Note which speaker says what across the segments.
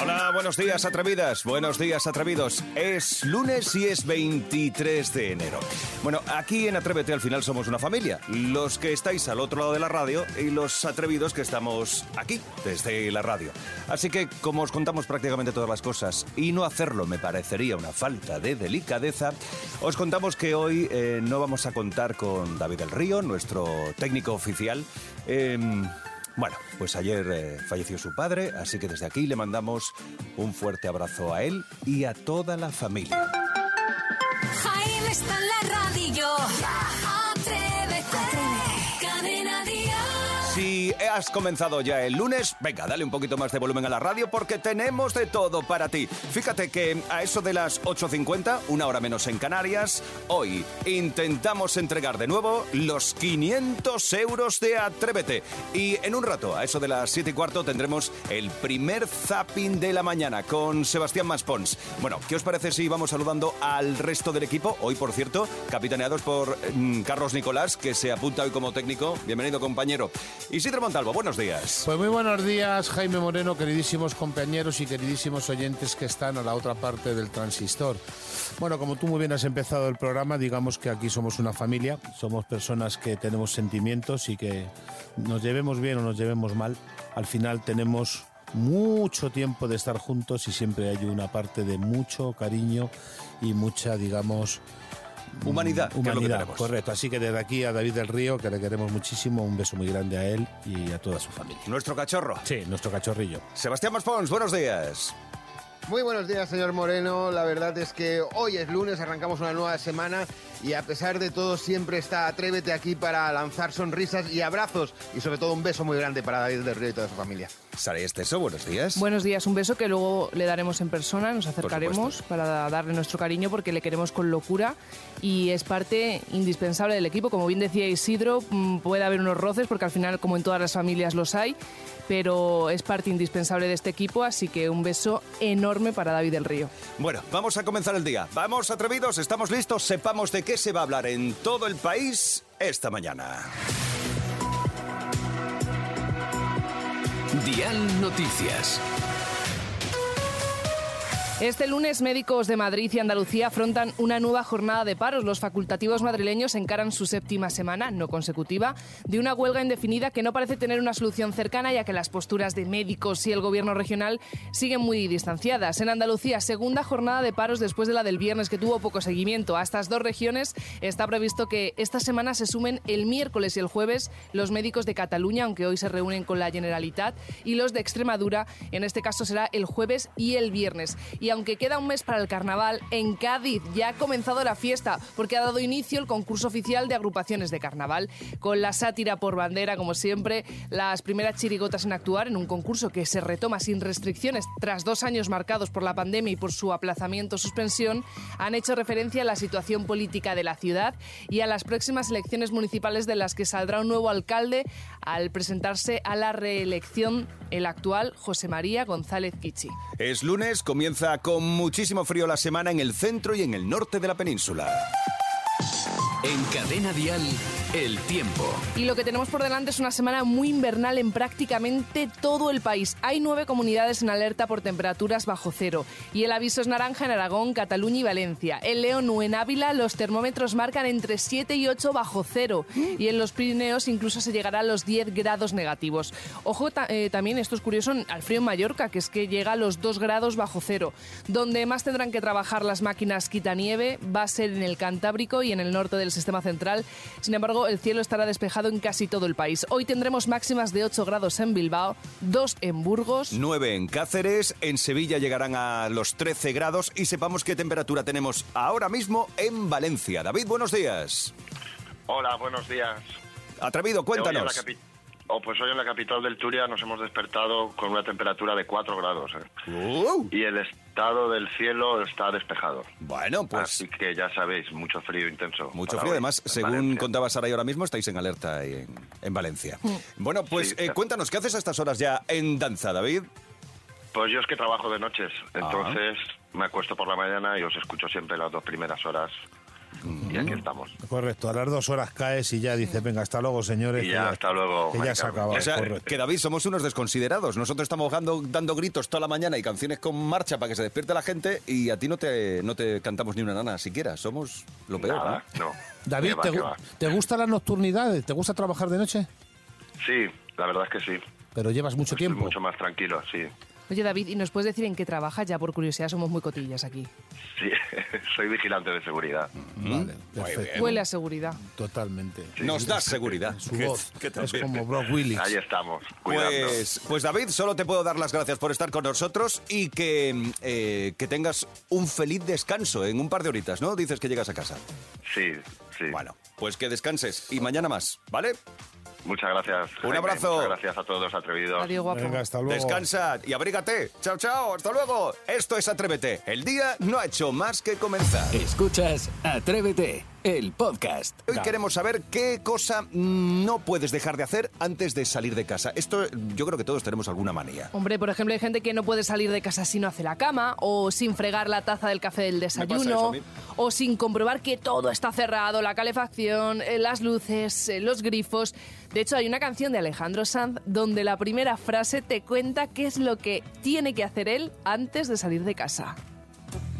Speaker 1: Hola, buenos días atrevidas, buenos días atrevidos. Es lunes y es 23 de enero. Bueno, aquí en Atrévete al final somos una familia. Los que estáis al otro lado de la radio y los atrevidos que estamos aquí, desde la radio. Así que como os contamos prácticamente todas las cosas y no hacerlo me parecería una falta de delicadeza, os contamos que hoy eh, no vamos a contar con David del Río, nuestro técnico oficial. Em, bueno, pues ayer eh, falleció su padre, así que desde aquí le mandamos un fuerte abrazo a él y a toda la familia.
Speaker 2: Jaime está en la radio. Atrévete. Cadena Dial.
Speaker 1: Si has comenzado ya el lunes, venga, dale un poquito más de volumen a la radio porque tenemos de todo para ti. Fíjate que a eso de las 8.50, una hora menos en Canarias, hoy intentamos entregar de nuevo los 500 euros de Atrévete. Y en un rato, a eso de las 7 y cuarto, tendremos el primer zapping de la mañana con Sebastián Maspons. Bueno, ¿qué os parece si vamos saludando al resto del equipo? Hoy, por cierto, capitaneados por mm, Carlos Nicolás, que se apunta hoy como técnico. Bienvenido, compañero. Isidro Montalvo, buenos días.
Speaker 3: Pues muy buenos días, Jaime Moreno, queridísimos compañeros y queridísimos oyentes que están a la otra parte del transistor. Bueno, como tú muy bien has empezado el programa, digamos que aquí somos una familia, somos personas que tenemos sentimientos y que nos llevemos bien o nos llevemos mal, al final tenemos mucho tiempo de estar juntos y siempre hay una parte de mucho cariño y mucha, digamos,
Speaker 1: Humanidad, Ah, que es lo que tenemos.
Speaker 3: correcto. Así que desde aquí a David del Río, que le queremos muchísimo, un beso muy grande a él y a toda su familia.
Speaker 1: Nuestro cachorro.
Speaker 3: Sí, nuestro cachorrillo.
Speaker 1: Sebastián Maspons, buenos días.
Speaker 4: Muy buenos días, señor Moreno. La verdad es que hoy es lunes, arrancamos una nueva semana y a pesar de todo siempre está Atrévete aquí para lanzar sonrisas y abrazos y sobre todo un beso muy grande para David del Río y toda su familia.
Speaker 1: Sara Esteso, buenos días.
Speaker 5: Buenos días, un beso que luego le daremos en persona, nos acercaremos
Speaker 1: supuesto.
Speaker 5: para darle nuestro cariño porque le queremos con locura y es parte indispensable del equipo. Como bien decía Isidro, mm, puede haber unos roces porque al final, como en todas las familias, los hay, pero es parte indispensable de este equipo, así que un beso enorme para David del Río.
Speaker 1: Bueno, vamos a comenzar el día. Vamos atrevidos, estamos listos, sepamos de qué se va a hablar en todo el país esta mañana.
Speaker 6: Dial Noticias.
Speaker 5: Este lunes, médicos de Madrid y Andalucía afrontan una nueva jornada de paros. Los facultativos madrileños encaran su séptima semana, no consecutiva, de una huelga indefinida que no parece tener una solución cercana, ya que las posturas de médicos y el gobierno regional siguen muy distanciadas. En Andalucía, segunda jornada de paros después de la del viernes, que tuvo poco seguimiento. A estas dos regiones está previsto que esta semana se sumen el miércoles y el jueves los médicos de Cataluña, aunque hoy se reúnen con la Generalitat, y los de Extremadura, en este caso será el jueves y el viernes. Y aunque queda un mes para el carnaval, en Cádiz ya ha comenzado la fiesta, porque ha dado inicio el concurso oficial de agrupaciones de carnaval, con la sátira por bandera, como siempre, las primeras chirigotas en actuar en un concurso que se retoma sin restricciones tras dos años marcados por la pandemia y por su aplazamiento o suspensión, han hecho referencia a la situación política de la ciudad y a las próximas elecciones municipales de las que saldrá un nuevo alcalde al presentarse a la reelección el actual José María González Kichi.
Speaker 1: Es lunes, comienza con muchísimo frío la semana en el centro y en el norte de la península.
Speaker 6: En Cadena Dial, el tiempo.
Speaker 5: Y lo que tenemos por delante es una semana muy invernal en prácticamente todo el país. Hay nueve comunidades en alerta por temperaturas bajo cero. Y el aviso es naranja en Aragón, Cataluña y Valencia. En León o en Ávila los termómetros marcan entre 7 y 8 bajo cero. Y en los Pirineos incluso se llegará a los 10 grados negativos. Ojo ta- eh, también, esto es curioso, al frío en Mallorca, que es que llega a los 2 grados bajo cero. Donde más tendrán que trabajar las máquinas quitanieve va a ser en el Cantábrico y en el norte del sistema central. Sin embargo, el cielo estará despejado en casi todo el país. Hoy tendremos máximas de 8 grados en Bilbao, 2 en Burgos.
Speaker 1: 9 en Cáceres, en Sevilla llegarán a los 13 grados y sepamos qué temperatura tenemos ahora mismo en Valencia. David, buenos días.
Speaker 7: Hola, buenos días.
Speaker 1: Atrevido,
Speaker 7: Hoy en la
Speaker 1: cuéntanos.
Speaker 7: capi- oh, pues hoy en la capital del Turia nos hemos despertado con una temperatura de 4 grados. ¿eh?
Speaker 1: Uh,
Speaker 7: Y el estado del cielo está despejado. Ah,
Speaker 1: bueno, pues
Speaker 7: Así que ya sabéis, mucho frío intenso.
Speaker 1: mucho
Speaker 7: para
Speaker 1: frío.
Speaker 7: hoy
Speaker 1: Además,
Speaker 7: en
Speaker 1: según
Speaker 7: Valencia.
Speaker 1: contaba Sara, y ahora mismo estáis en alerta ahí en, en Valencia. Bueno, pues
Speaker 7: Sí,
Speaker 1: eh,
Speaker 7: ya.
Speaker 1: cuéntanos, ¿qué haces a estas horas ya en danza, David?
Speaker 7: Pues yo es que
Speaker 1: Ah.
Speaker 7: trabajo de noches, entonces me acuesto por la mañana y os escucho siempre las dos primeras horas
Speaker 1: Mm.
Speaker 7: Y aquí estamos.
Speaker 3: Correcto, a las dos horas caes y ya dices, venga, hasta luego, señores.
Speaker 7: Y
Speaker 3: que
Speaker 7: ya, hasta luego,
Speaker 3: Que ya se ha
Speaker 7: Maricarmen.
Speaker 3: acabado,
Speaker 1: O sea,
Speaker 3: correcto.
Speaker 1: que David, somos unos desconsiderados. Nosotros estamos dando, dando gritos toda la mañana y canciones con marcha para que se despierte la gente y a ti no te, no te cantamos ni una nana siquiera. Somos lo peor.
Speaker 7: Nada,
Speaker 1: ¿no?
Speaker 7: no.
Speaker 3: David,
Speaker 7: Qué va,
Speaker 3: ¿te,
Speaker 7: qué
Speaker 3: gu-
Speaker 7: va.
Speaker 3: ¿te gustan las nocturnidades? ¿Te gusta trabajar de noche?
Speaker 7: Sí, la verdad es que sí.
Speaker 3: Pero llevas mucho
Speaker 7: Estoy
Speaker 3: tiempo.
Speaker 7: mucho más tranquilo, sí.
Speaker 5: Oye, David, ¿y nos puedes decir en qué trabajas? Ya por curiosidad somos muy cotillas aquí.
Speaker 7: Sí, soy vigilante de seguridad.
Speaker 3: Vale, perfecto.
Speaker 5: Huele a seguridad.
Speaker 3: Totalmente.
Speaker 1: Nos das seguridad.
Speaker 3: Su voz
Speaker 1: Que
Speaker 3: es
Speaker 1: también.
Speaker 3: como Brock Willis.
Speaker 7: Ahí estamos, cuidando.
Speaker 1: Pues, pues David, solo te puedo dar las gracias por estar con nosotros y que, eh, que tengas un feliz descanso en un par de horitas, ¿no? Dices que llegas a casa.
Speaker 7: Sí, sí.
Speaker 1: Bueno, pues que descanses y mañana más, ¿vale?
Speaker 7: Muchas gracias. Jaime,
Speaker 1: abrazo.
Speaker 7: Muchas gracias a todos los atrevidos.
Speaker 5: Adiós, guapo.
Speaker 3: Venga, hasta luego.
Speaker 1: Descansa y abrígate. Chao, chao, hasta luego. Esto es Atrévete. El día no ha hecho más que comenzar.
Speaker 6: Escuchas Atrévete, el podcast.
Speaker 1: Hoy queremos saber qué cosa no puedes dejar de hacer antes de salir de casa. Esto yo creo que todos tenemos alguna manía.
Speaker 5: Hombre, por ejemplo, hay gente que no puede salir de casa si no hace la cama, o sin fregar la taza del café
Speaker 1: Me
Speaker 5: del
Speaker 1: pasa eso a
Speaker 5: desayuno,
Speaker 1: mí.
Speaker 5: o sin comprobar que todo está cerrado, la calefacción, eh, las luces, eh, los grifos. De hecho, hay una canción de Alejandro Sanz donde la primera frase te cuenta qué es lo que tiene que hacer él antes de salir de casa.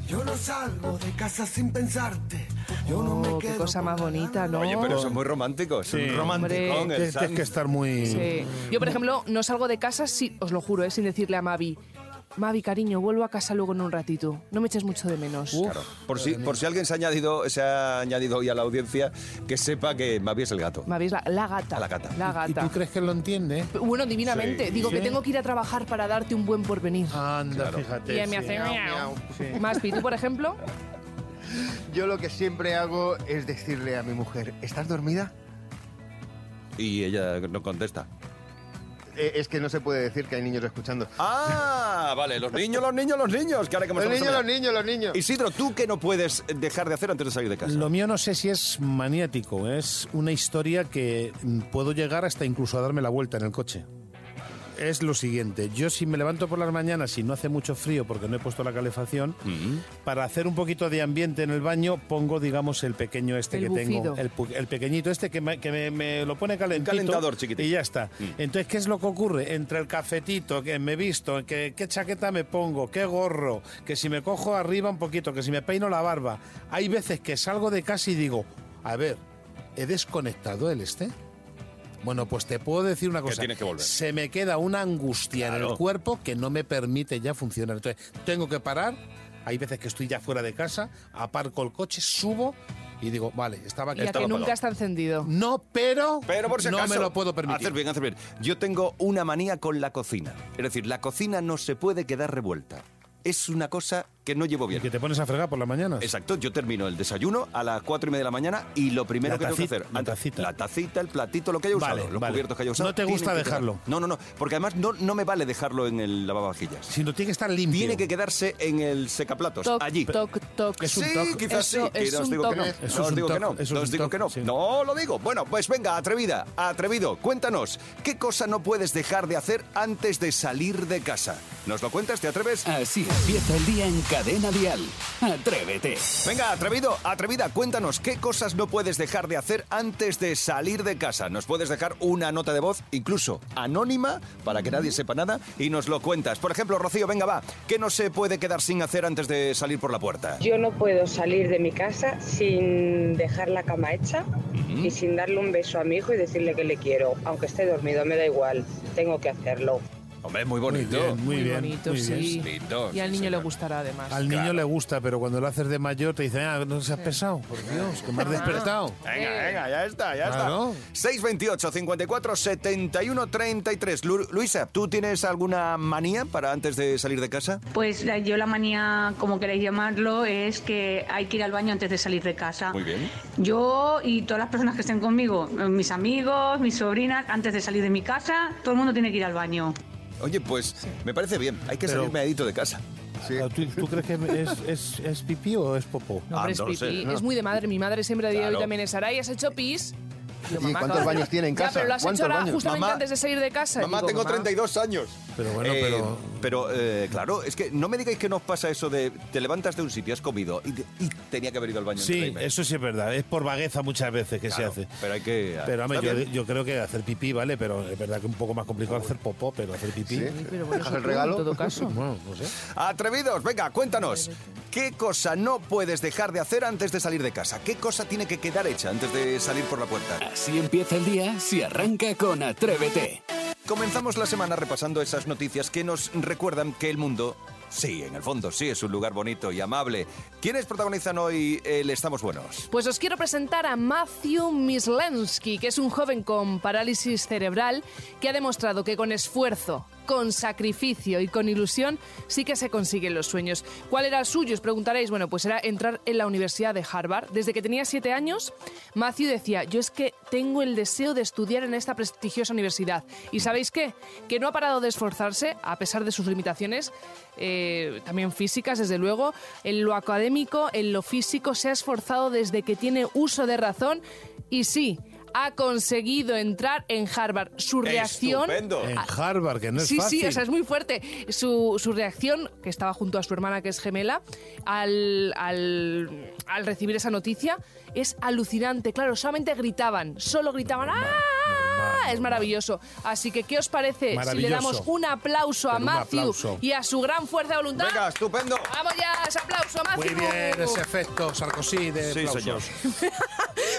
Speaker 8: Yo no salgo de casa sin pensarte. Yo no me
Speaker 5: Oh,
Speaker 8: quedo
Speaker 5: qué cosa más
Speaker 8: con la
Speaker 5: bonita, ¿no?
Speaker 1: Oye, pero son muy románticos.
Speaker 3: Sí.
Speaker 1: Un romanticón,
Speaker 5: Hombre.
Speaker 1: el
Speaker 3: Tienes tienes que
Speaker 1: Sanz.
Speaker 3: estar muy...
Speaker 5: Sí. Yo, por ejemplo, no salgo de casa, si, os lo juro, eh, sin decirle a Mavi, Mavi, cariño, vuelvo a casa luego en un ratito. No me eches mucho de menos.
Speaker 1: Claro. Por si, por si alguien se ha, añadido, se ha añadido hoy a la audiencia, que sepa que Mavi es el gato.
Speaker 5: Mavi es la, la gata.
Speaker 1: La gata.
Speaker 5: La
Speaker 3: ¿Y tú
Speaker 5: gata.
Speaker 3: crees que lo entiende?
Speaker 5: Bueno, divinamente. Digo que tengo que ir a trabajar para darte un buen porvenir.
Speaker 3: Anda, fíjate.
Speaker 5: y él me
Speaker 3: Ah, sí.
Speaker 5: hace
Speaker 4: Miau,
Speaker 5: miau.
Speaker 4: miau.
Speaker 5: Maspi, ¿tú, por ejemplo?
Speaker 4: Yo lo que siempre hago es decirle a mi mujer, ¿estás dormida?
Speaker 1: Y ella no contesta.
Speaker 4: Eh, es que no se puede decir que hay niños escuchando.
Speaker 1: Ah, vale, los niños, los niños, los niños. Que ahora que me
Speaker 4: Los
Speaker 1: estamos
Speaker 4: niños, los
Speaker 1: hablando.
Speaker 4: niños, los niños.
Speaker 1: Isidro, ¿tú qué no puedes dejar de hacer antes de salir de casa?
Speaker 3: Lo mío no sé si es maniático, es una historia que mm, puedo llegar hasta incluso a darme la vuelta en el coche. Es lo siguiente, yo si me levanto por las mañanas y no hace mucho frío porque no he puesto la calefacción,
Speaker 1: Mm.
Speaker 3: para hacer un poquito de ambiente en el baño pongo, digamos, el pequeño este
Speaker 5: El
Speaker 3: que
Speaker 5: bufido.
Speaker 3: tengo, el, pu- el pequeñito este que, me, que me- me lo pone calentito.
Speaker 1: calentador Mm. chiquitito.
Speaker 3: Y ya está. Entonces, ¿qué es lo que ocurre? Entre el cafetito que me he visto, que, qué chaqueta me pongo, qué gorro, que si me cojo arriba un poquito, que si me peino la barba. Hay veces que salgo de casa y digo, a ver, ¿he desconectado el este? Bueno, pues te puedo decir una cosa.
Speaker 1: tienes que volver.
Speaker 3: Se me queda una angustia en
Speaker 1: Claro.
Speaker 3: el cuerpo que no me permite ya funcionar. Entonces, tengo que parar. Hay veces que estoy ya fuera de casa, aparco el coche, subo y digo, vale, estaba aquí.
Speaker 5: Ya que
Speaker 1: apagado.
Speaker 5: nunca está encendido.
Speaker 3: No, pero,
Speaker 1: Pero por si
Speaker 3: no
Speaker 1: acaso,
Speaker 3: me lo puedo permitir.
Speaker 1: Hacer bien, hacer bien. Yo tengo una manía con la cocina. Es decir, la cocina no se puede quedar revuelta. Es una cosa que no llevo
Speaker 3: Y
Speaker 1: bien.
Speaker 3: que te pones a fregar por la mañana.
Speaker 1: Exacto, yo termino el desayuno a las cuatro y media de la mañana y lo primero
Speaker 3: La
Speaker 1: que tengo que
Speaker 3: tacita,
Speaker 1: hacer.
Speaker 3: la
Speaker 1: antes-
Speaker 3: tacita.
Speaker 1: La tacita, el platito, lo que haya
Speaker 3: Vale,
Speaker 1: usado, los
Speaker 3: vale.
Speaker 1: cubiertos que haya usado.
Speaker 3: No te gusta
Speaker 1: tienen que quedar-
Speaker 3: dejarlo.
Speaker 1: No, no, no. Porque además no, no me vale dejarlo en el lavavajillas.
Speaker 3: Si no tiene que estar limpio.
Speaker 1: Tiene que quedarse en el secaplatos,
Speaker 5: Toc,
Speaker 1: allí.
Speaker 5: toc, toc.
Speaker 3: Es un
Speaker 1: sí,
Speaker 3: toque.
Speaker 1: quizás
Speaker 5: Eso
Speaker 1: sí. que
Speaker 5: es
Speaker 1: no os
Speaker 5: un
Speaker 1: digo que no.
Speaker 5: toque.
Speaker 3: Eso es
Speaker 1: No os
Speaker 3: un
Speaker 1: digo que
Speaker 3: toque,
Speaker 1: no.
Speaker 3: eso
Speaker 1: No
Speaker 3: es
Speaker 1: os
Speaker 3: un
Speaker 1: digo que
Speaker 3: toque,
Speaker 1: no.
Speaker 3: sí.
Speaker 1: No lo digo. Bueno, pues venga, atrevida, atrevido. Cuéntanos, ¿qué cosa no puedes dejar de hacer antes de salir de casa? ¿Nos lo cuentas? ¿Te atreves?
Speaker 6: Así empieza el día en cadena dial. Atrévete.
Speaker 1: Venga, atrevido, atrevida, cuéntanos, ¿qué cosas no puedes dejar de hacer antes de salir de casa? Nos puedes dejar una nota de voz, incluso anónima, para que nadie sepa nada, y nos lo cuentas. Por ejemplo, Rocío, venga, va, ¿qué no se puede quedar sin hacer antes de salir por la puerta?
Speaker 9: Yo no puedo salir de mi casa sin dejar la cama hecha y sin darle un beso a mi hijo y decirle que le quiero. Aunque esté dormido, me da igual, tengo que hacerlo.
Speaker 1: Hombre, muy
Speaker 3: Muy
Speaker 1: bonito.
Speaker 3: bien, muy,
Speaker 5: Muy
Speaker 3: bien.
Speaker 5: bonito,
Speaker 3: muy bien.
Speaker 5: sí.
Speaker 1: Lindo,
Speaker 5: y al
Speaker 1: sí,
Speaker 5: niño le
Speaker 1: señor.
Speaker 5: gustará además.
Speaker 3: Al niño le gusta, pero cuando lo haces de mayor te dicen, ah, no seas pesado. Por Dios, que me has despertado.
Speaker 1: Venga, venga, ya está, ya
Speaker 3: Claro.
Speaker 1: está. 628 54 71 33. Lu- Luisa, ¿tú tienes alguna manía para antes de salir de casa?
Speaker 10: Pues la- yo la manía, como queréis llamarlo, es que hay que ir al baño antes de salir de casa.
Speaker 1: Muy bien.
Speaker 10: Yo y todas las personas que estén conmigo, eh, mis amigos, mis sobrinas, antes de salir de mi casa, todo el mundo tiene que ir al baño.
Speaker 1: Oye, pues me parece bien. Hay que
Speaker 3: Pero-
Speaker 1: salirme edito de casa.
Speaker 4: Sí.
Speaker 3: Ah, ¿Tú, tú crees que es, es- es pipí o es popó?
Speaker 5: No, hombre,
Speaker 1: Ah, no lo
Speaker 5: es,
Speaker 1: sé,
Speaker 5: pipí.
Speaker 1: no.
Speaker 5: es muy de madre. Mi madre siempre decía,
Speaker 1: Claro.
Speaker 5: hoy también es Saray, ¿has hecho pis? Digo,
Speaker 4: ¿Y
Speaker 5: "Mamá,
Speaker 4: cuántos
Speaker 5: acabas de-".
Speaker 4: baños tiene en
Speaker 5: Ya,
Speaker 4: casa?
Speaker 5: pero lo has
Speaker 4: ¿Cuántos
Speaker 5: hecho ahora
Speaker 4: baños?
Speaker 5: justamente
Speaker 1: Mamá-
Speaker 5: antes de salir de casa.
Speaker 1: Mamá,
Speaker 5: Digo,
Speaker 1: tengo 32 años.
Speaker 3: Pero bueno,
Speaker 1: Eh,
Speaker 3: pero...
Speaker 1: pero, eh, claro, es que no me digáis que nos pasa eso de te levantas de un sitio, has comido y, y tenía que haber ido al baño.
Speaker 3: Sí,
Speaker 1: entre-
Speaker 3: eso sí es verdad. Es por vagueza muchas veces que
Speaker 1: Claro,
Speaker 3: se hace.
Speaker 1: Pero hay que.
Speaker 3: Pero hombre,
Speaker 1: está
Speaker 3: yo,
Speaker 1: bien.
Speaker 3: yo creo que hacer pipí, ¿vale? Pero es verdad que un poco más complicado hacer popó, pero hacer pipí...
Speaker 5: Pero bueno,
Speaker 4: ¿Haz
Speaker 5: eso
Speaker 4: el
Speaker 5: tú,
Speaker 4: regalo?
Speaker 5: en todo caso.
Speaker 3: Bueno, no sé.
Speaker 1: Atrevidos, venga, cuéntanos. ¿Qué cosa no puedes dejar de hacer antes de salir de casa? ¿Qué cosa tiene que quedar hecha antes de salir por la puerta?
Speaker 6: Así empieza el día si arranca con Atrévete.
Speaker 1: Comenzamos la semana repasando esas noticias que nos recuerdan que el mundo, sí, en el fondo sí, es un lugar bonito y amable. ¿Quiénes protagonizan hoy el Estamos Buenos?
Speaker 5: Pues os quiero presentar a Matthew Mislensky, que es un joven con parálisis cerebral que ha demostrado que con esfuerzo, con sacrificio y con ilusión sí que se consiguen los sueños. ¿Cuál era el suyo? Os preguntaréis. Bueno, pues era entrar en la Universidad de Harvard. Desde que tenía siete años, Matthew decía, yo es que tengo el deseo de estudiar en esta prestigiosa universidad. ¿Y sabéis qué? Que no ha parado de esforzarse, a pesar de sus limitaciones, eh, también físicas, desde luego, en lo académico, en lo físico, se ha esforzado desde que tiene uso de razón y sí, ha conseguido entrar en Harvard. Su reacción...
Speaker 1: ¡Estupendo!
Speaker 3: En Harvard, que no es
Speaker 5: sí,
Speaker 3: fácil.
Speaker 5: sí, o sea, es muy fuerte. Su, su reacción, que estaba junto a su hermana, que es gemela, al, al, al recibir esa noticia, es alucinante. Claro, solamente gritaban, solo gritaban ¡Ah! es maravilloso. Así que, ¿qué os parece si le
Speaker 3: Maravilloso.
Speaker 5: damos un aplauso a
Speaker 3: Pero un
Speaker 5: Matthew
Speaker 3: aplauso.
Speaker 5: y a su gran fuerza de voluntad?
Speaker 1: Venga, estupendo.
Speaker 5: ¡Vamos ya! ¡Ese aplauso a
Speaker 3: Muy
Speaker 5: Matthew!
Speaker 3: bien, ese efecto Sarkozy de
Speaker 1: Sí,
Speaker 3: aplausos.
Speaker 1: señor.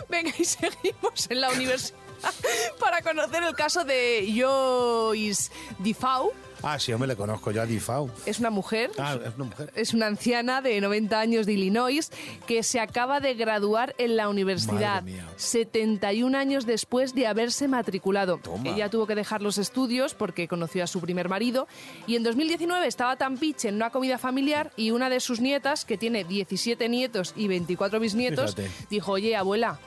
Speaker 5: Venga, y seguimos en la universidad para conocer el caso de Joyce Difau.
Speaker 3: Ah, sí, hombre, le conozco yo a Difau.
Speaker 5: Es una mujer.
Speaker 3: Ah, es una mujer.
Speaker 5: es una anciana de 90 años de Illinois que se acaba de graduar en la universidad
Speaker 3: Madre mía.
Speaker 5: 71 años después de haberse matriculado. Ella tuvo que dejar los estudios porque conoció a su primer marido y en 2019 estaba tan piche en una comida familiar y una de sus nietas, que tiene 17 nietos y 24 bisnietos,
Speaker 3: Fíjate.
Speaker 5: dijo, oye, abuela,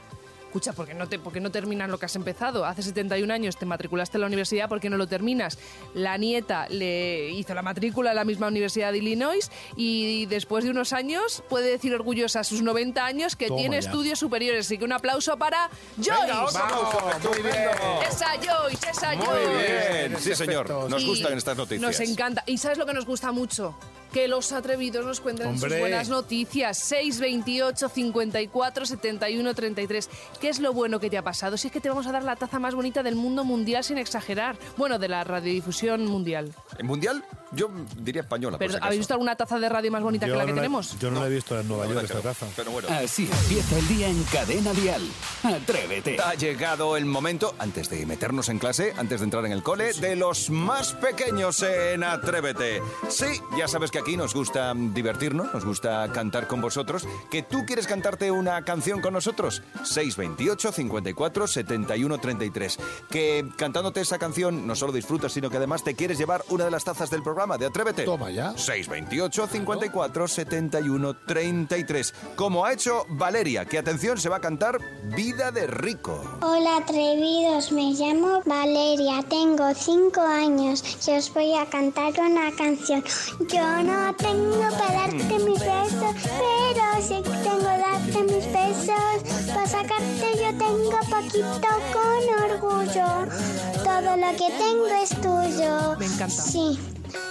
Speaker 5: Escucha, ¿por qué, no te, ¿por qué no terminas lo que has empezado? Hace 71 años te matriculaste en la universidad, ¿por qué no lo terminas? La nieta le hizo la matrícula en la misma universidad de Illinois y después de unos años puede decir orgullosa a sus 90 años que
Speaker 3: Toma
Speaker 5: tiene
Speaker 3: ya.
Speaker 5: estudios superiores. Así que un aplauso para Joyce.
Speaker 1: muy bien.
Speaker 5: ¡Esa Joyce! ¡Esa Joyce!
Speaker 1: Bien, sí,
Speaker 3: Ese
Speaker 1: señor.
Speaker 3: efecto.
Speaker 1: Nos
Speaker 5: Y
Speaker 1: gustan estas noticias.
Speaker 5: Nos encanta. ¿Y sabes lo que nos gusta mucho? Que los atrevidos nos cuenten sus
Speaker 3: Hombre.
Speaker 5: buenas noticias. 628 54 71 33. ¿Qué es lo bueno que te ha pasado? Si es que te vamos a dar la taza más bonita del mundo mundial sin exagerar. Bueno, de la radiodifusión mundial.
Speaker 1: ¿En mundial? Yo diría española. por
Speaker 5: Pero,
Speaker 1: si acaso.
Speaker 5: ¿Habéis visto alguna taza de radio más bonita que la que
Speaker 3: no la-
Speaker 5: tenemos?
Speaker 3: yo no la he visto en Nueva
Speaker 1: No,
Speaker 3: York,
Speaker 1: la
Speaker 3: esta
Speaker 1: creo.
Speaker 3: taza.
Speaker 1: Pero bueno.
Speaker 6: Así empieza el día en cadena dial. Atrévete.
Speaker 1: Ha llegado el momento, antes de meternos en clase, antes de entrar en el cole, de los más pequeños en Atrévete. Sí, ya sabes que aquí nos gusta divertirnos, nos gusta cantar con vosotros. ¿Que tú quieres cantarte una canción con nosotros? 628 54 71 33. Que cantándote esa canción no solo disfrutas, sino que además te quieres llevar una de las tazas del programa de Atrévete.
Speaker 3: Toma ya.
Speaker 1: 628 54 71 33. Como ha hecho Valeria, que atención, se va a cantar Vida de Rico.
Speaker 11: Hola atrevidos, me llamo Valeria, tengo 5 años y os voy a cantar una canción. Yo no tengo para darte mis besos, pero sí que tengo darte mis besos. Para sacarte yo tengo poquito con orgullo. Todo lo que tengo es tuyo.
Speaker 5: Me encanta.
Speaker 11: Sí,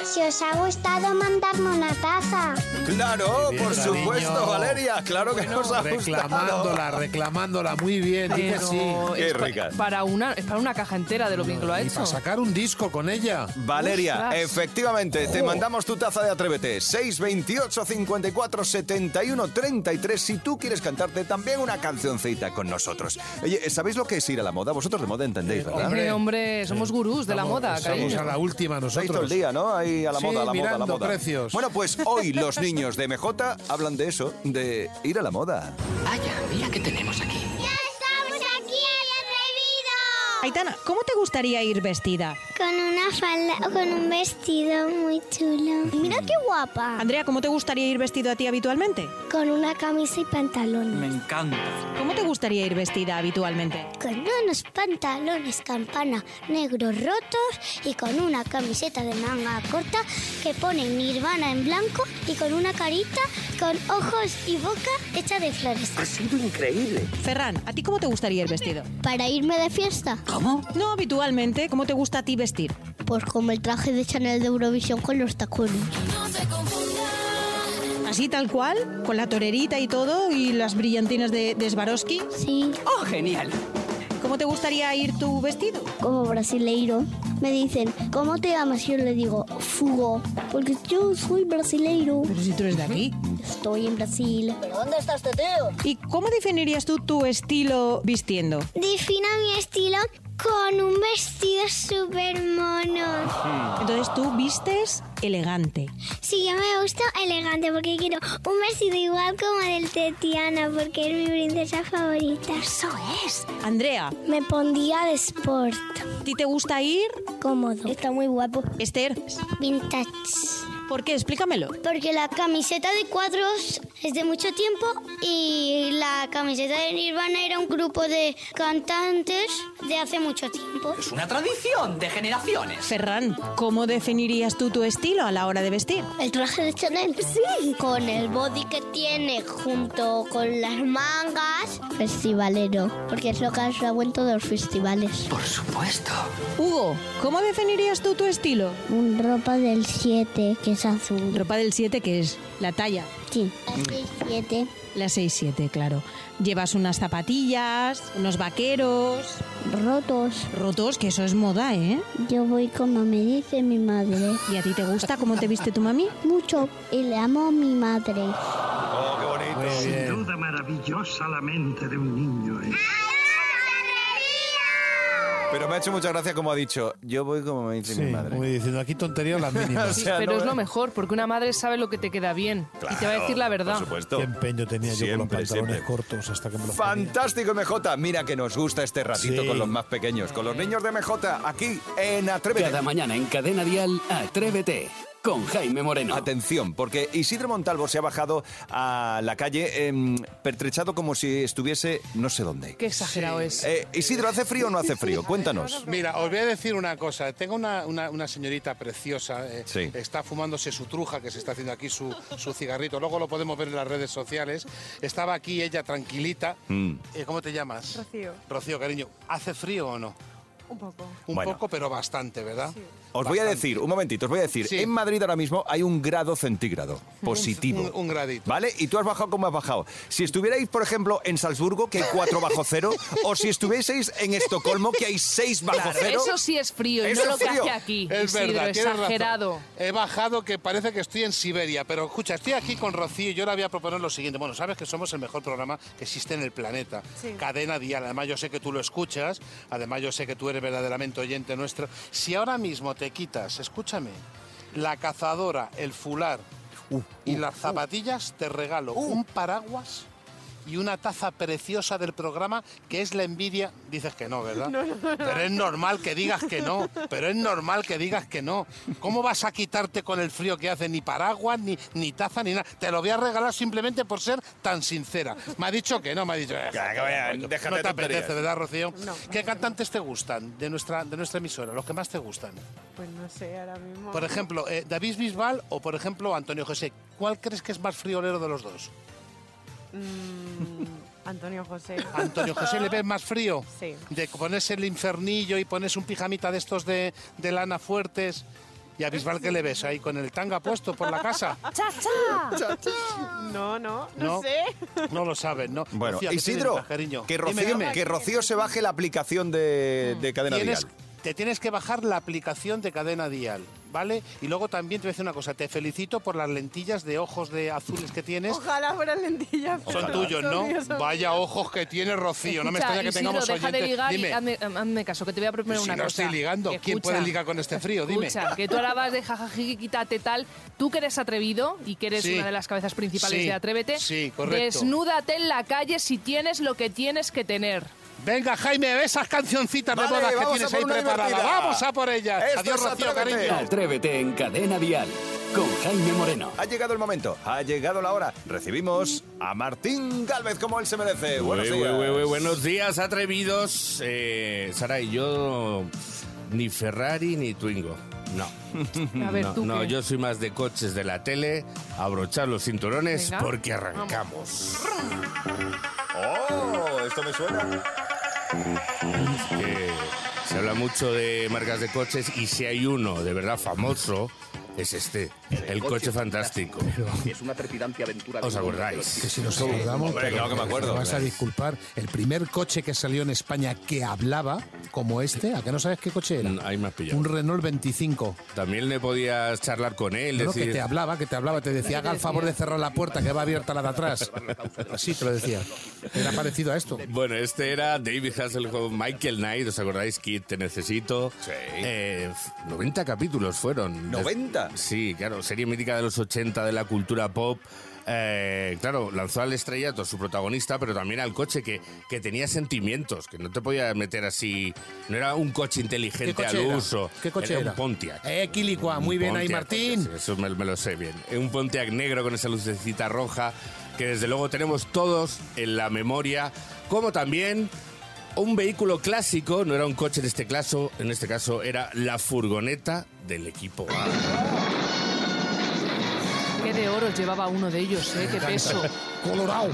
Speaker 11: si os ha gustado mandarme una taza.
Speaker 1: Claro,
Speaker 3: bien,
Speaker 1: por
Speaker 3: cariño.
Speaker 1: supuesto, Valeria, claro que nos ha gustado.
Speaker 3: Reclamándola, reclamándola, muy bien, di que
Speaker 5: Pero
Speaker 3: sí.
Speaker 1: Qué
Speaker 5: es pa-
Speaker 1: rica.
Speaker 5: Para una, es para una caja entera de lo bien que lo ha
Speaker 3: Y
Speaker 5: hecho.
Speaker 3: para sacar un disco con ella.
Speaker 1: Valeria,
Speaker 5: Ostras.
Speaker 1: efectivamente, te mandamos tu taza de Atrévete. 628 54 71 33. Si tú quieres cantarte también una cancioncita con nosotros. Oye, ¿sabéis lo que es ir a la moda? Vosotros de moda
Speaker 3: Eh,
Speaker 1: entendéis, ¿verdad?
Speaker 5: Hombre, hombre, somos gurús de la moda,
Speaker 3: Estamos
Speaker 5: cariño.
Speaker 3: Pues a la última
Speaker 1: Ahí todo el
Speaker 3: nosotros.
Speaker 1: día, ¿no? Ahí a la
Speaker 3: Sí,
Speaker 1: moda, a la moda, a la
Speaker 3: mirando
Speaker 1: moda.
Speaker 3: precios.
Speaker 1: Bueno, pues hoy los niños de MJ hablan de eso, de ir a la moda.
Speaker 12: Vaya, mira qué tenemos aquí.
Speaker 11: Ya estamos aquí en atrevidos.
Speaker 12: Aitana, ¿cómo te gustaría ir vestida?
Speaker 11: Con una falda o con un vestido muy chulo. Mira qué
Speaker 12: Ah.
Speaker 11: guapa.
Speaker 12: Andrea, ¿cómo te gustaría ir vestido a ti habitualmente?
Speaker 11: Con una camisa y pantalones.
Speaker 12: ¿Cómo te gustaría ir vestida habitualmente?
Speaker 11: Con unos pantalones campana negros rotos y con una camiseta de manga corta que pone Nirvana en blanco y con una carita con ojos y boca hecha de flores.
Speaker 12: Ha sido increíble. Ferran, ¿a ti cómo te gustaría ir vestido?
Speaker 11: Para irme de fiesta.
Speaker 12: ¿Cómo? No habitualmente. ¿Cómo te gusta a ti vestir?
Speaker 11: Pues como el traje de Chanel de Eurovisión con los tacones.
Speaker 12: Así tal cual, con la torerita y todo, y las brillantinas de, de Swarovski.
Speaker 11: Sí.
Speaker 12: ¡Oh, genial! ¿Cómo te gustaría ir tu vestido?
Speaker 11: Como brasileiro. Me dicen, ¿cómo te llamas? Y yo le digo, Fugo. Porque yo soy brasileiro.
Speaker 12: Pero si tú eres de aquí.
Speaker 11: Estoy en Brasil. ¿Pero dónde está este tío?
Speaker 12: ¿Y cómo definirías tú tu estilo vistiendo?
Speaker 11: Defino mi estilo con un vestido súper mono.
Speaker 12: Entonces tú vistes elegante.
Speaker 11: Sí, yo me gusta elegante porque quiero un vestido igual como del de Tiana porque es mi princesa favorita. Eso es.
Speaker 12: Andrea,
Speaker 11: Me pondría de sport.
Speaker 12: ¿a ti te gusta ir?
Speaker 11: Cómodo. Está muy guapo.
Speaker 12: Esther,
Speaker 11: Vintage.
Speaker 12: ¿por qué? Explícamelo.
Speaker 11: Porque la camiseta de cuadros es de mucho tiempo y la camiseta de Nirvana era un grupo de cantantes de hace mucho tiempo.
Speaker 10: Es una tradición de generaciones.
Speaker 12: Ferran, ¿cómo definirías tú tu estilo a la hora de vestir?
Speaker 11: El traje de Chanel. Sí. Con el body que tiene junto con las mangas. Festivalero, porque es lo que has dado en todos los festivales.
Speaker 10: Por supuesto.
Speaker 12: Hugo, ¿cómo definirías tú tu estilo?
Speaker 11: Un ropa del 7, que es azul.
Speaker 12: Ropa del 7, que es la talla.
Speaker 11: Sí. Así 7.
Speaker 12: La 6-7, claro. Llevas unas zapatillas, unos vaqueros.
Speaker 11: Rotos.
Speaker 12: Rotos, que eso es moda, ¿eh?
Speaker 11: Yo voy como me dice mi madre.
Speaker 12: ¿Y a ti te gusta cómo te viste tu mami?
Speaker 11: Mucho. Y le amo a mi madre.
Speaker 1: Oh, qué bonito.
Speaker 7: Sin duda maravillosa la mente de un niño. ¿eh?
Speaker 1: Pero me ha hecho mucha gracia como ha dicho, yo voy como me dice
Speaker 13: Sí,
Speaker 1: mi madre.
Speaker 13: como diciendo, aquí tonterías las
Speaker 1: O
Speaker 13: mínimas.
Speaker 1: sea,
Speaker 5: Pero
Speaker 1: no-
Speaker 5: es lo mejor, porque una madre sabe lo que te queda bien y te va a decir la verdad.
Speaker 1: Por supuesto.
Speaker 13: Qué empeño tenía yo con los
Speaker 1: Siempre,
Speaker 13: pantalones
Speaker 1: siempre.
Speaker 13: cortos hasta que me los
Speaker 1: Fantástico MJ, mira que nos gusta este ratito
Speaker 13: Sí.
Speaker 1: con los más pequeños, con los niños de MJ, aquí en Atrévete.
Speaker 6: Cada mañana en Cadena Dial, Atrévete con Jaime Moreno.
Speaker 1: Atención, porque Isidro Montalvo se ha bajado a la calle em, pertrechado como si estuviese no sé dónde.
Speaker 5: Qué exagerado es.
Speaker 1: Eh, Isidro, ¿hace frío o no hace frío? Cuéntanos.
Speaker 3: Mira, os voy a decir una cosa. Tengo una, una- una señorita preciosa. eh,
Speaker 1: Sí.
Speaker 3: Está fumándose su truja, que se está haciendo aquí su, su cigarrito. Luego lo podemos ver en las redes sociales. Estaba aquí ella tranquilita.
Speaker 1: Mm.
Speaker 3: Eh, ¿Cómo te llamas?
Speaker 14: Rocío.
Speaker 3: Rocío, cariño. ¿Hace frío o no?
Speaker 14: Un poco.
Speaker 3: Un
Speaker 1: Bueno.
Speaker 3: poco, pero bastante, ¿verdad?
Speaker 1: Os voy a decir, un momentito, os voy a decir,
Speaker 3: Sí.
Speaker 1: en Madrid ahora mismo hay un grado centígrado positivo.
Speaker 3: Un- un gradito.
Speaker 1: ¿Vale? Y tú has bajado como has bajado. Si estuvierais, por ejemplo, en Salzburgo, que hay 4 bajo cero, o si estuvieseis en Estocolmo, que hay 6 bajo
Speaker 5: Claro,
Speaker 1: cero.
Speaker 5: eso sí es frío, y
Speaker 1: Eso
Speaker 5: no lo
Speaker 1: es
Speaker 5: que
Speaker 1: frío.
Speaker 5: hace aquí.
Speaker 3: Es
Speaker 5: Isidro,
Speaker 3: verdad, tienes razón.
Speaker 5: exagerado.
Speaker 3: He bajado que parece que estoy en Siberia, pero escucha, estoy aquí con Rocío y yo le voy a proponer lo siguiente. Bueno, sabes que somos el mejor programa que existe en el planeta.
Speaker 14: Sí.
Speaker 3: Cadena Dial. Además, yo sé que tú lo escuchas. Además, yo sé que tú eres verdaderamente oyente nuestro. Si ahora mismo te quitas, escúchame, la cazadora, el fular y las zapatillas, te regalo un paraguas. Y una taza preciosa del programa que es la envidia. Dices que no, ¿verdad? Pero es normal que digas que no. Pero es normal que digas que no. ¿Cómo vas a quitarte con el frío que hace? Ni paraguas, ni, ni taza, ni nada. Te lo voy a regalar simplemente por ser tan sincera. Me ha dicho que no, me ha dicho. "Eh,
Speaker 1: Ya, que vaya,
Speaker 3: no
Speaker 1: déjate de
Speaker 3: te
Speaker 1: tonterías".
Speaker 3: apetece, ¿verdad, Rocío?
Speaker 14: No.
Speaker 3: ¿Qué cantantes te gustan de nuestra, de nuestra emisora? Los que más te gustan.
Speaker 14: Pues no sé, ahora mismo.
Speaker 3: Por ejemplo, eh, David Bisbal o, por ejemplo, Antonio José. ¿Cuál crees que es más friolero de los dos?
Speaker 14: Mm, Antonio José.
Speaker 3: Antonio José le ves más frío.
Speaker 14: Sí.
Speaker 3: De ponerse el infernillo y pones un pijamita de estos de, de lana fuertes. Y a Bisbal que le ves ahí con el tanga puesto por la casa.
Speaker 14: No, no, no,
Speaker 3: No.
Speaker 14: sé.
Speaker 3: No lo saben, ¿no?
Speaker 1: Bueno,
Speaker 3: Rocío, ¿qué te
Speaker 1: Isidro,
Speaker 3: dedicas, cariño?
Speaker 1: que
Speaker 3: Dime,
Speaker 1: Rocío,
Speaker 3: dime.
Speaker 1: que Rocío se baje la aplicación de, de cadena
Speaker 3: Tienes-
Speaker 1: Dial.
Speaker 3: Te tienes que bajar la aplicación de cadena dial, ¿vale? Y luego también te voy a decir una cosa, te felicito por las lentillas de ojos de azules que tienes.
Speaker 14: Ojalá fueran lentillas. pero
Speaker 3: Son tuyos,
Speaker 14: son
Speaker 3: ¿no?
Speaker 14: míos, son
Speaker 3: Vaya ojos que tiene Rocío, no me
Speaker 5: Escucha,
Speaker 3: extraña que
Speaker 5: Isidro,
Speaker 3: tengamos
Speaker 5: deja de
Speaker 3: oyentes.
Speaker 5: ligar y
Speaker 3: Dime,
Speaker 5: hazme, hazme caso, que te voy a proponer
Speaker 3: si
Speaker 5: una
Speaker 3: no
Speaker 5: cosa.
Speaker 3: estoy ligando, ¿quién puede
Speaker 5: Escucha.
Speaker 3: ligar con este frío? Dime.
Speaker 5: Escucha, que tú ahora vas de jajajiji, quítate tal. Tú que eres atrevido y que eres
Speaker 3: Sí.
Speaker 5: una de las cabezas principales
Speaker 3: Sí.
Speaker 5: de Atrévete,
Speaker 3: Sí, correcto.
Speaker 5: desnúdate en la calle si tienes lo que tienes que tener.
Speaker 3: Venga, Jaime, esas cancioncitas
Speaker 1: Vale,
Speaker 3: de bodas que
Speaker 1: vamos a
Speaker 3: tienes
Speaker 1: por
Speaker 3: ahí
Speaker 1: una
Speaker 3: preparadas.
Speaker 1: divertida.
Speaker 3: Vamos a por ellas.
Speaker 1: Esto
Speaker 3: Adiós,
Speaker 1: es
Speaker 3: Rocío,
Speaker 1: Atrévete.
Speaker 3: cariño.
Speaker 6: Atrévete en Cadena Dial con Jaime Moreno.
Speaker 1: Ha llegado el momento, ha llegado la hora. Recibimos a Martín Galvez como él se merece. Buenos
Speaker 15: Ué,
Speaker 1: días.
Speaker 15: ué, ué, ué, buenos días, atrevidos. Eh, Sara y yo Ni Ferrari ni Twingo. No.
Speaker 14: A ver,
Speaker 15: no,
Speaker 14: ¿tú
Speaker 15: no,
Speaker 14: qué?
Speaker 15: yo soy más de coches de la tele, abrochar los cinturones
Speaker 14: Venga.
Speaker 15: porque arrancamos.
Speaker 1: ¡Oh! Esto me suena.
Speaker 15: Es que Eh, se habla mucho de marcas de coches y si hay uno de verdad famoso es este, el, coche, fantástico.
Speaker 16: Es una trepidante aventura.
Speaker 15: ¿Os acordáis?
Speaker 3: Que si nos acordamos,
Speaker 15: Hombre,
Speaker 3: pero
Speaker 15: claro que me
Speaker 3: te
Speaker 15: acuerdo.
Speaker 3: vas a disculpar. El primer coche que salió en España que hablaba como este, ¿a que no sabes qué coche era?
Speaker 15: Mm, Ahí me has pillado.
Speaker 3: Un Renault 25.
Speaker 15: También le podías charlar con él,
Speaker 3: No, no,
Speaker 15: decir...
Speaker 3: que te hablaba, que te hablaba, te decía, haga el favor de cerrar la puerta, que va abierta la de atrás. Así te lo decía. Era parecido a esto.
Speaker 15: Bueno, este era David Hasselhoff, Michael Knight, ¿os acordáis? Kid, te necesito. Sí. 90 capítulos fueron.
Speaker 1: ¿90?
Speaker 15: Sí, claro, serie mítica de los 80 de la cultura pop. Eh, claro, lanzó al estrellato su protagonista, pero también al coche que, que tenía sentimientos, que no te podía meter así. No era un coche inteligente
Speaker 3: coche
Speaker 15: al
Speaker 3: era?
Speaker 15: uso.
Speaker 3: ¿Qué coche
Speaker 15: era?
Speaker 3: era?
Speaker 15: Un Pontiac.
Speaker 3: Eh, Quilicua, muy
Speaker 15: Un
Speaker 3: bien ahí,
Speaker 15: Pontiac,
Speaker 3: Martín.
Speaker 15: sí, Eso me, me lo sé bien. Un Pontiac negro con esa lucecita roja que desde luego tenemos todos en la memoria, como también un vehículo clásico, no era un coche en este caso, en este caso era la furgoneta del equipo A.
Speaker 5: Qué de oro llevaba uno de ellos, ¿eh? Qué peso.
Speaker 3: Colorado.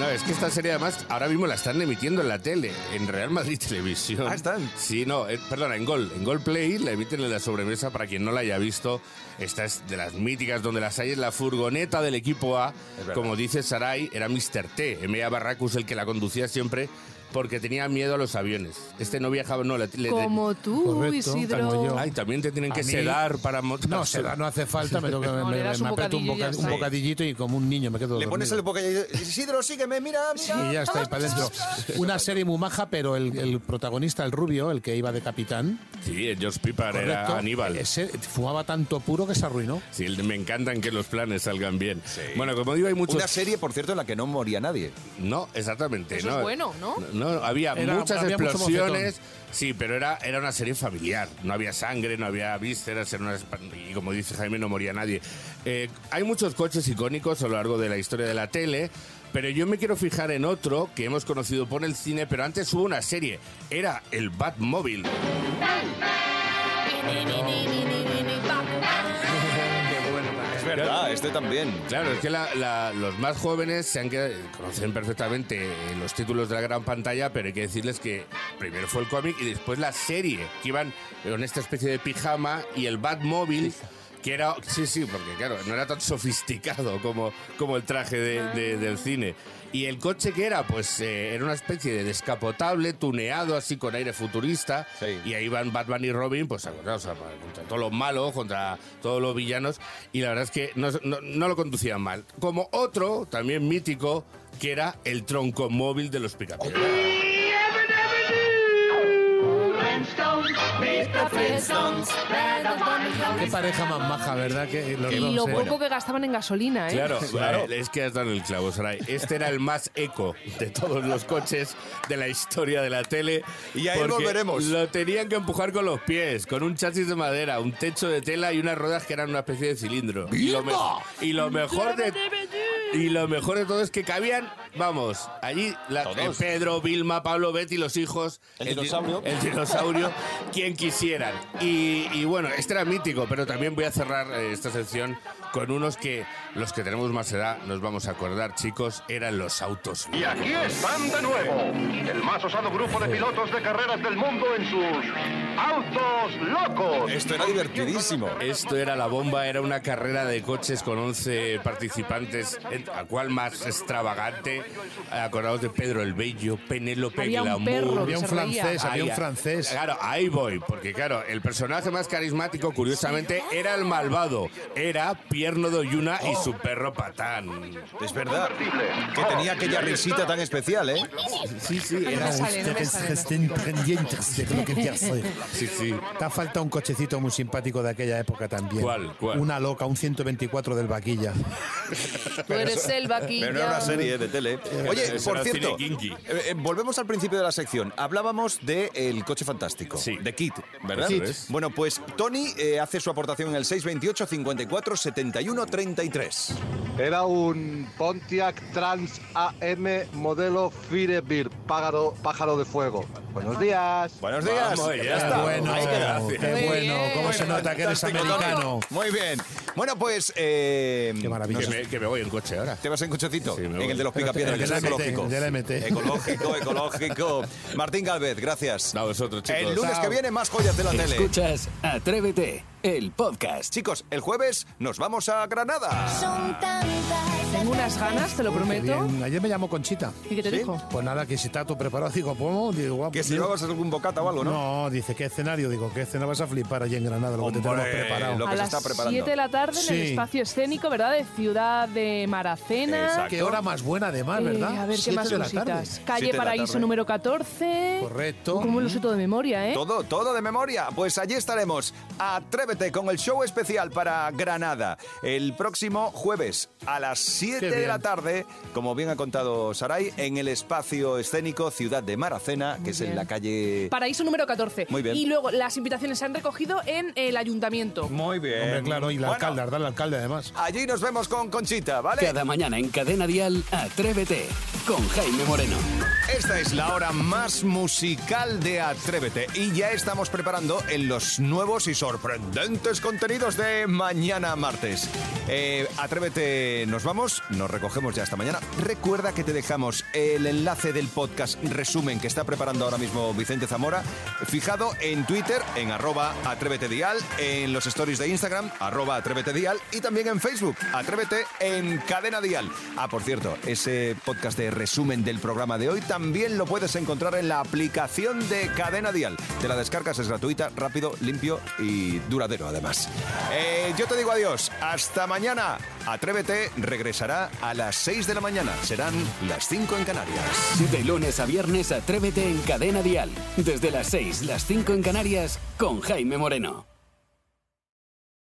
Speaker 15: No, es que esta serie además ahora mismo la están emitiendo en la tele, en Real Madrid Televisión. Ah, están. Sí, no, eh, perdona, en Gol, en Gol Play la emiten en la sobremesa para quien no la haya visto. Esta es de las míticas donde las hay, es la furgoneta del equipo A.
Speaker 1: verdad.
Speaker 15: Como dice Sarai, era Mr. T, M.A. Barracus el que la conducía siempre porque tenía miedo a los aviones. Este no viajaba, no, le, le-
Speaker 5: Como tú, Isidro.
Speaker 15: Ay, también te tienen
Speaker 3: A
Speaker 15: que
Speaker 3: mí-
Speaker 15: sedar para montar.
Speaker 3: No, sedar no hace falta, pero que me,
Speaker 15: No, le
Speaker 3: me-
Speaker 15: das
Speaker 3: me
Speaker 15: un
Speaker 3: aprieto un,
Speaker 15: bocadillo y ya
Speaker 3: boca- un
Speaker 15: está.
Speaker 3: bocadillito y como un niño me quedo
Speaker 1: Le pones el
Speaker 3: dormido.
Speaker 1: boca y dices, Isidro, sígueme, mira, mira.
Speaker 3: Y ya está, ahí para adentro. Una serie muy maja, pero el, el protagonista, el rubio, el que iba de capitán,
Speaker 15: Sí, el George Piper
Speaker 3: correcto,
Speaker 15: era Aníbal.
Speaker 3: ese fumaba tanto puro que se arruinó.
Speaker 15: Sí, el de- me encantan que los planes salgan bien. Bueno, como digo, hay muchos...
Speaker 1: Una serie, por cierto, en la que no moría nadie.
Speaker 15: No, exactamente.
Speaker 1: Eso
Speaker 15: no,
Speaker 1: es bueno,
Speaker 5: ¿no?
Speaker 15: No, había
Speaker 1: Era-
Speaker 15: muchas
Speaker 1: había mucho
Speaker 15: explosiones. Sí, pero era, era una serie familiar. No había sangre, no había vísceras. era una- y como dice Jaime, no moría nadie. Eh, hay muchos coches icónicos a lo largo de la historia de la tele. Pero yo me quiero fijar en otro que hemos conocido por el cine, pero antes hubo una serie. Era el Batmóvil.
Speaker 1: Es verdad, este también.
Speaker 15: Claro, es que la- la- los más jóvenes se han quedado- conocen perfectamente eh, los títulos de la gran pantalla, pero hay que decirles que primero fue el cómic y después la serie, que iban con esta especie de pijama y el Batmóvil, que era... Sí, sí, porque claro, no era tan sofisticado como, como el traje de- de- del cine. Y el coche que era, pues eh, era una especie de descapotable, tuneado así con aire futurista. Y ahí van Batman y Robin, pues acordaos, a- contra todos los malos, contra todos los villanos. Y la verdad es que no, no- no lo conducían mal. Como otro, también mítico, que era el tronco móvil de los picapiedras.
Speaker 3: Qué pareja más maja, ¿verdad? Que los
Speaker 5: Y lo
Speaker 3: dos, eh.
Speaker 5: poco que gastaban en gasolina, ¿eh?
Speaker 15: Claro, eh, es que has dado en el clavo, Saray. Este era el más eco de todos los coches de la historia de la tele.
Speaker 1: Y a él
Speaker 15: porque
Speaker 1: volveremos.
Speaker 15: Lo tenían que empujar con los pies, con un chasis de madera, un techo de tela y unas ruedas que eran una especie de cilindro. Y lo, me- y lo mejor de y lo mejor de todo es que cabían, vamos, allí la- eh, Pedro, Vilma, Pablo, Betty, los hijos, el, di-
Speaker 1: dinosaurio.
Speaker 15: el dinosaurio, quien quisieran. Y, y bueno, este era mítico, pero también voy a cerrar eh, esta sección con unos que los que tenemos más edad nos vamos a acordar, chicos, eran los autos.
Speaker 17: Y aquí están de nuevo, el más osado grupo de pilotos de carreras del mundo en sus autos locos.
Speaker 1: Esto era divertidísimo.
Speaker 15: Esto era la bomba, era una carrera de coches con 11 participantes, eh, a cual más extravagante. Acordados de Pedro el Bello, Penélope
Speaker 3: Había un
Speaker 15: Glamour.
Speaker 3: perro que Había un se reía. francés, había un francés.
Speaker 15: Claro, ahí voy, porque claro, el personaje más carismático, curiosamente, era el malvado. Era Pierno de Oyuna y su perro Patán.
Speaker 1: Es verdad. Que tenía aquella risita tan especial, ¿eh?
Speaker 15: Sí, sí,
Speaker 3: Era ustedes estén pendientes de lo que voy a hacer.
Speaker 15: Sí, sí.
Speaker 3: Te ha faltado un cochecito muy simpático de aquella época también.
Speaker 15: ¿Cuál, cuál?
Speaker 3: Una loca, un 124 del vaquilla.
Speaker 5: Tú eres el vaquilla.
Speaker 1: Pero no era una serie de tele. Oye,
Speaker 15: Eso
Speaker 1: por
Speaker 15: era cine
Speaker 1: cierto,
Speaker 15: kinky.
Speaker 1: eh, eh, volvemos al principio de la sección. Hablábamos de eh, El coche fantástico, de Kit, ¿verdad?
Speaker 15: Eso es.
Speaker 1: Bueno, pues Tony eh, hace su aportación en el 628 54 3133.
Speaker 18: Era un Pontiac Trans AM modelo Firebird, pájaro, pájaro de fuego. Buenos días.
Speaker 1: Buenos días.
Speaker 18: Vamos,
Speaker 1: Ya
Speaker 18: ya
Speaker 1: está.
Speaker 18: bueno,
Speaker 1: Ahí queda.
Speaker 18: qué Muy bueno, bien. cómo se nota que eres
Speaker 1: Fantástico,
Speaker 18: americano.
Speaker 1: Toño. Muy bien. Bueno, pues. Eh, Qué
Speaker 15: Que me-
Speaker 1: voy en coche ahora. ¿Te vas en cochecito?
Speaker 15: me
Speaker 1: en
Speaker 15: voy.
Speaker 1: el de los picapiedras, que es
Speaker 3: Del MT,
Speaker 1: ecológico.
Speaker 3: del MT.
Speaker 1: Ecológico, ecológico. Martín Galvez, gracias. A vosotros,
Speaker 6: chicos.
Speaker 1: El lunes
Speaker 6: Chao.
Speaker 1: que viene, más joyas de la tele.
Speaker 6: Escuchas Atrévete, el podcast.
Speaker 1: Chicos, el jueves nos vamos a Granada.
Speaker 5: Tengo unas ganas, te lo prometo.
Speaker 3: Bien, Ayer me llamó Conchita.
Speaker 5: ¿Y qué te
Speaker 3: ¿Sí?
Speaker 5: dijo?
Speaker 3: Pues nada, que si está todo preparado, digo, ¿cómo? Digo, guapo.
Speaker 1: Que si llevabas algún bocata o algo, ¿no?
Speaker 3: No, dice, ¿qué escenario? Digo, ¿qué escena vas a flipar allí en Granada? Lo que te
Speaker 1: Hombre,
Speaker 3: tenemos preparado.
Speaker 1: lo que
Speaker 5: a
Speaker 1: se
Speaker 5: las
Speaker 1: está preparando.
Speaker 5: 7 de la tarde en el
Speaker 3: Sí.
Speaker 5: espacio escénico, ¿verdad? De Ciudad de Maracena.
Speaker 3: Qué hora más buena, además,
Speaker 5: Eh,
Speaker 3: Ah, ¿verdad?
Speaker 5: a ver qué
Speaker 3: Siete
Speaker 5: más
Speaker 3: de la tarde.
Speaker 5: cositas. Calle Paraíso número 14.
Speaker 1: Correcto.
Speaker 5: ¿Cómo lo sé todo de memoria, eh?
Speaker 1: Todo, todo de memoria. Pues allí estaremos. Atrévete con el show especial para Granada. El próximo jueves a las 7
Speaker 3: Qué
Speaker 1: de la
Speaker 3: bien.
Speaker 1: tarde, como bien ha contado Saray, en el espacio escénico Ciudad de Maracena, que es en
Speaker 5: bien.
Speaker 1: la calle.
Speaker 5: Paraíso número 14.
Speaker 1: Muy bien.
Speaker 5: Y luego las invitaciones se han recogido en el ayuntamiento.
Speaker 1: Muy bien.
Speaker 3: Hombre, claro, y la
Speaker 1: Eh, Bueno,
Speaker 3: alcalde, Ardal alcalde, además.
Speaker 1: Allí nos vemos con Conchita, ¿vale?
Speaker 6: Cada mañana en Cadena Dial, Atrévete con Jaime Moreno.
Speaker 1: Esta es la hora más musical de Atrévete y ya estamos preparando en los nuevos y sorprendentes contenidos de mañana martes. Eh, Atrévete, nos vamos, nos recogemos ya hasta mañana. Recuerda que te dejamos el enlace del podcast resumen que está preparando ahora mismo Vicente Zamora, fijado en Twitter, en arroba Atrévete Dial, en los stories de Instagram, arroba Atrévete Dial y también en Facebook, Atrévete en Cadena Dial. Ah, por cierto, ese podcast de resumen del programa de hoy también lo puedes encontrar en la aplicación de Cadena Dial. Te la descargas, es gratuita, rápido, limpio y duradero además. Eh, yo te digo adiós, hasta mañana. Atrévete regresará a las 6 de la mañana, serán las 5 en Canarias.
Speaker 6: De lunes a viernes, Atrévete en Cadena Dial. Desde las 6, las 5 en Canarias, con Jaime Moreno.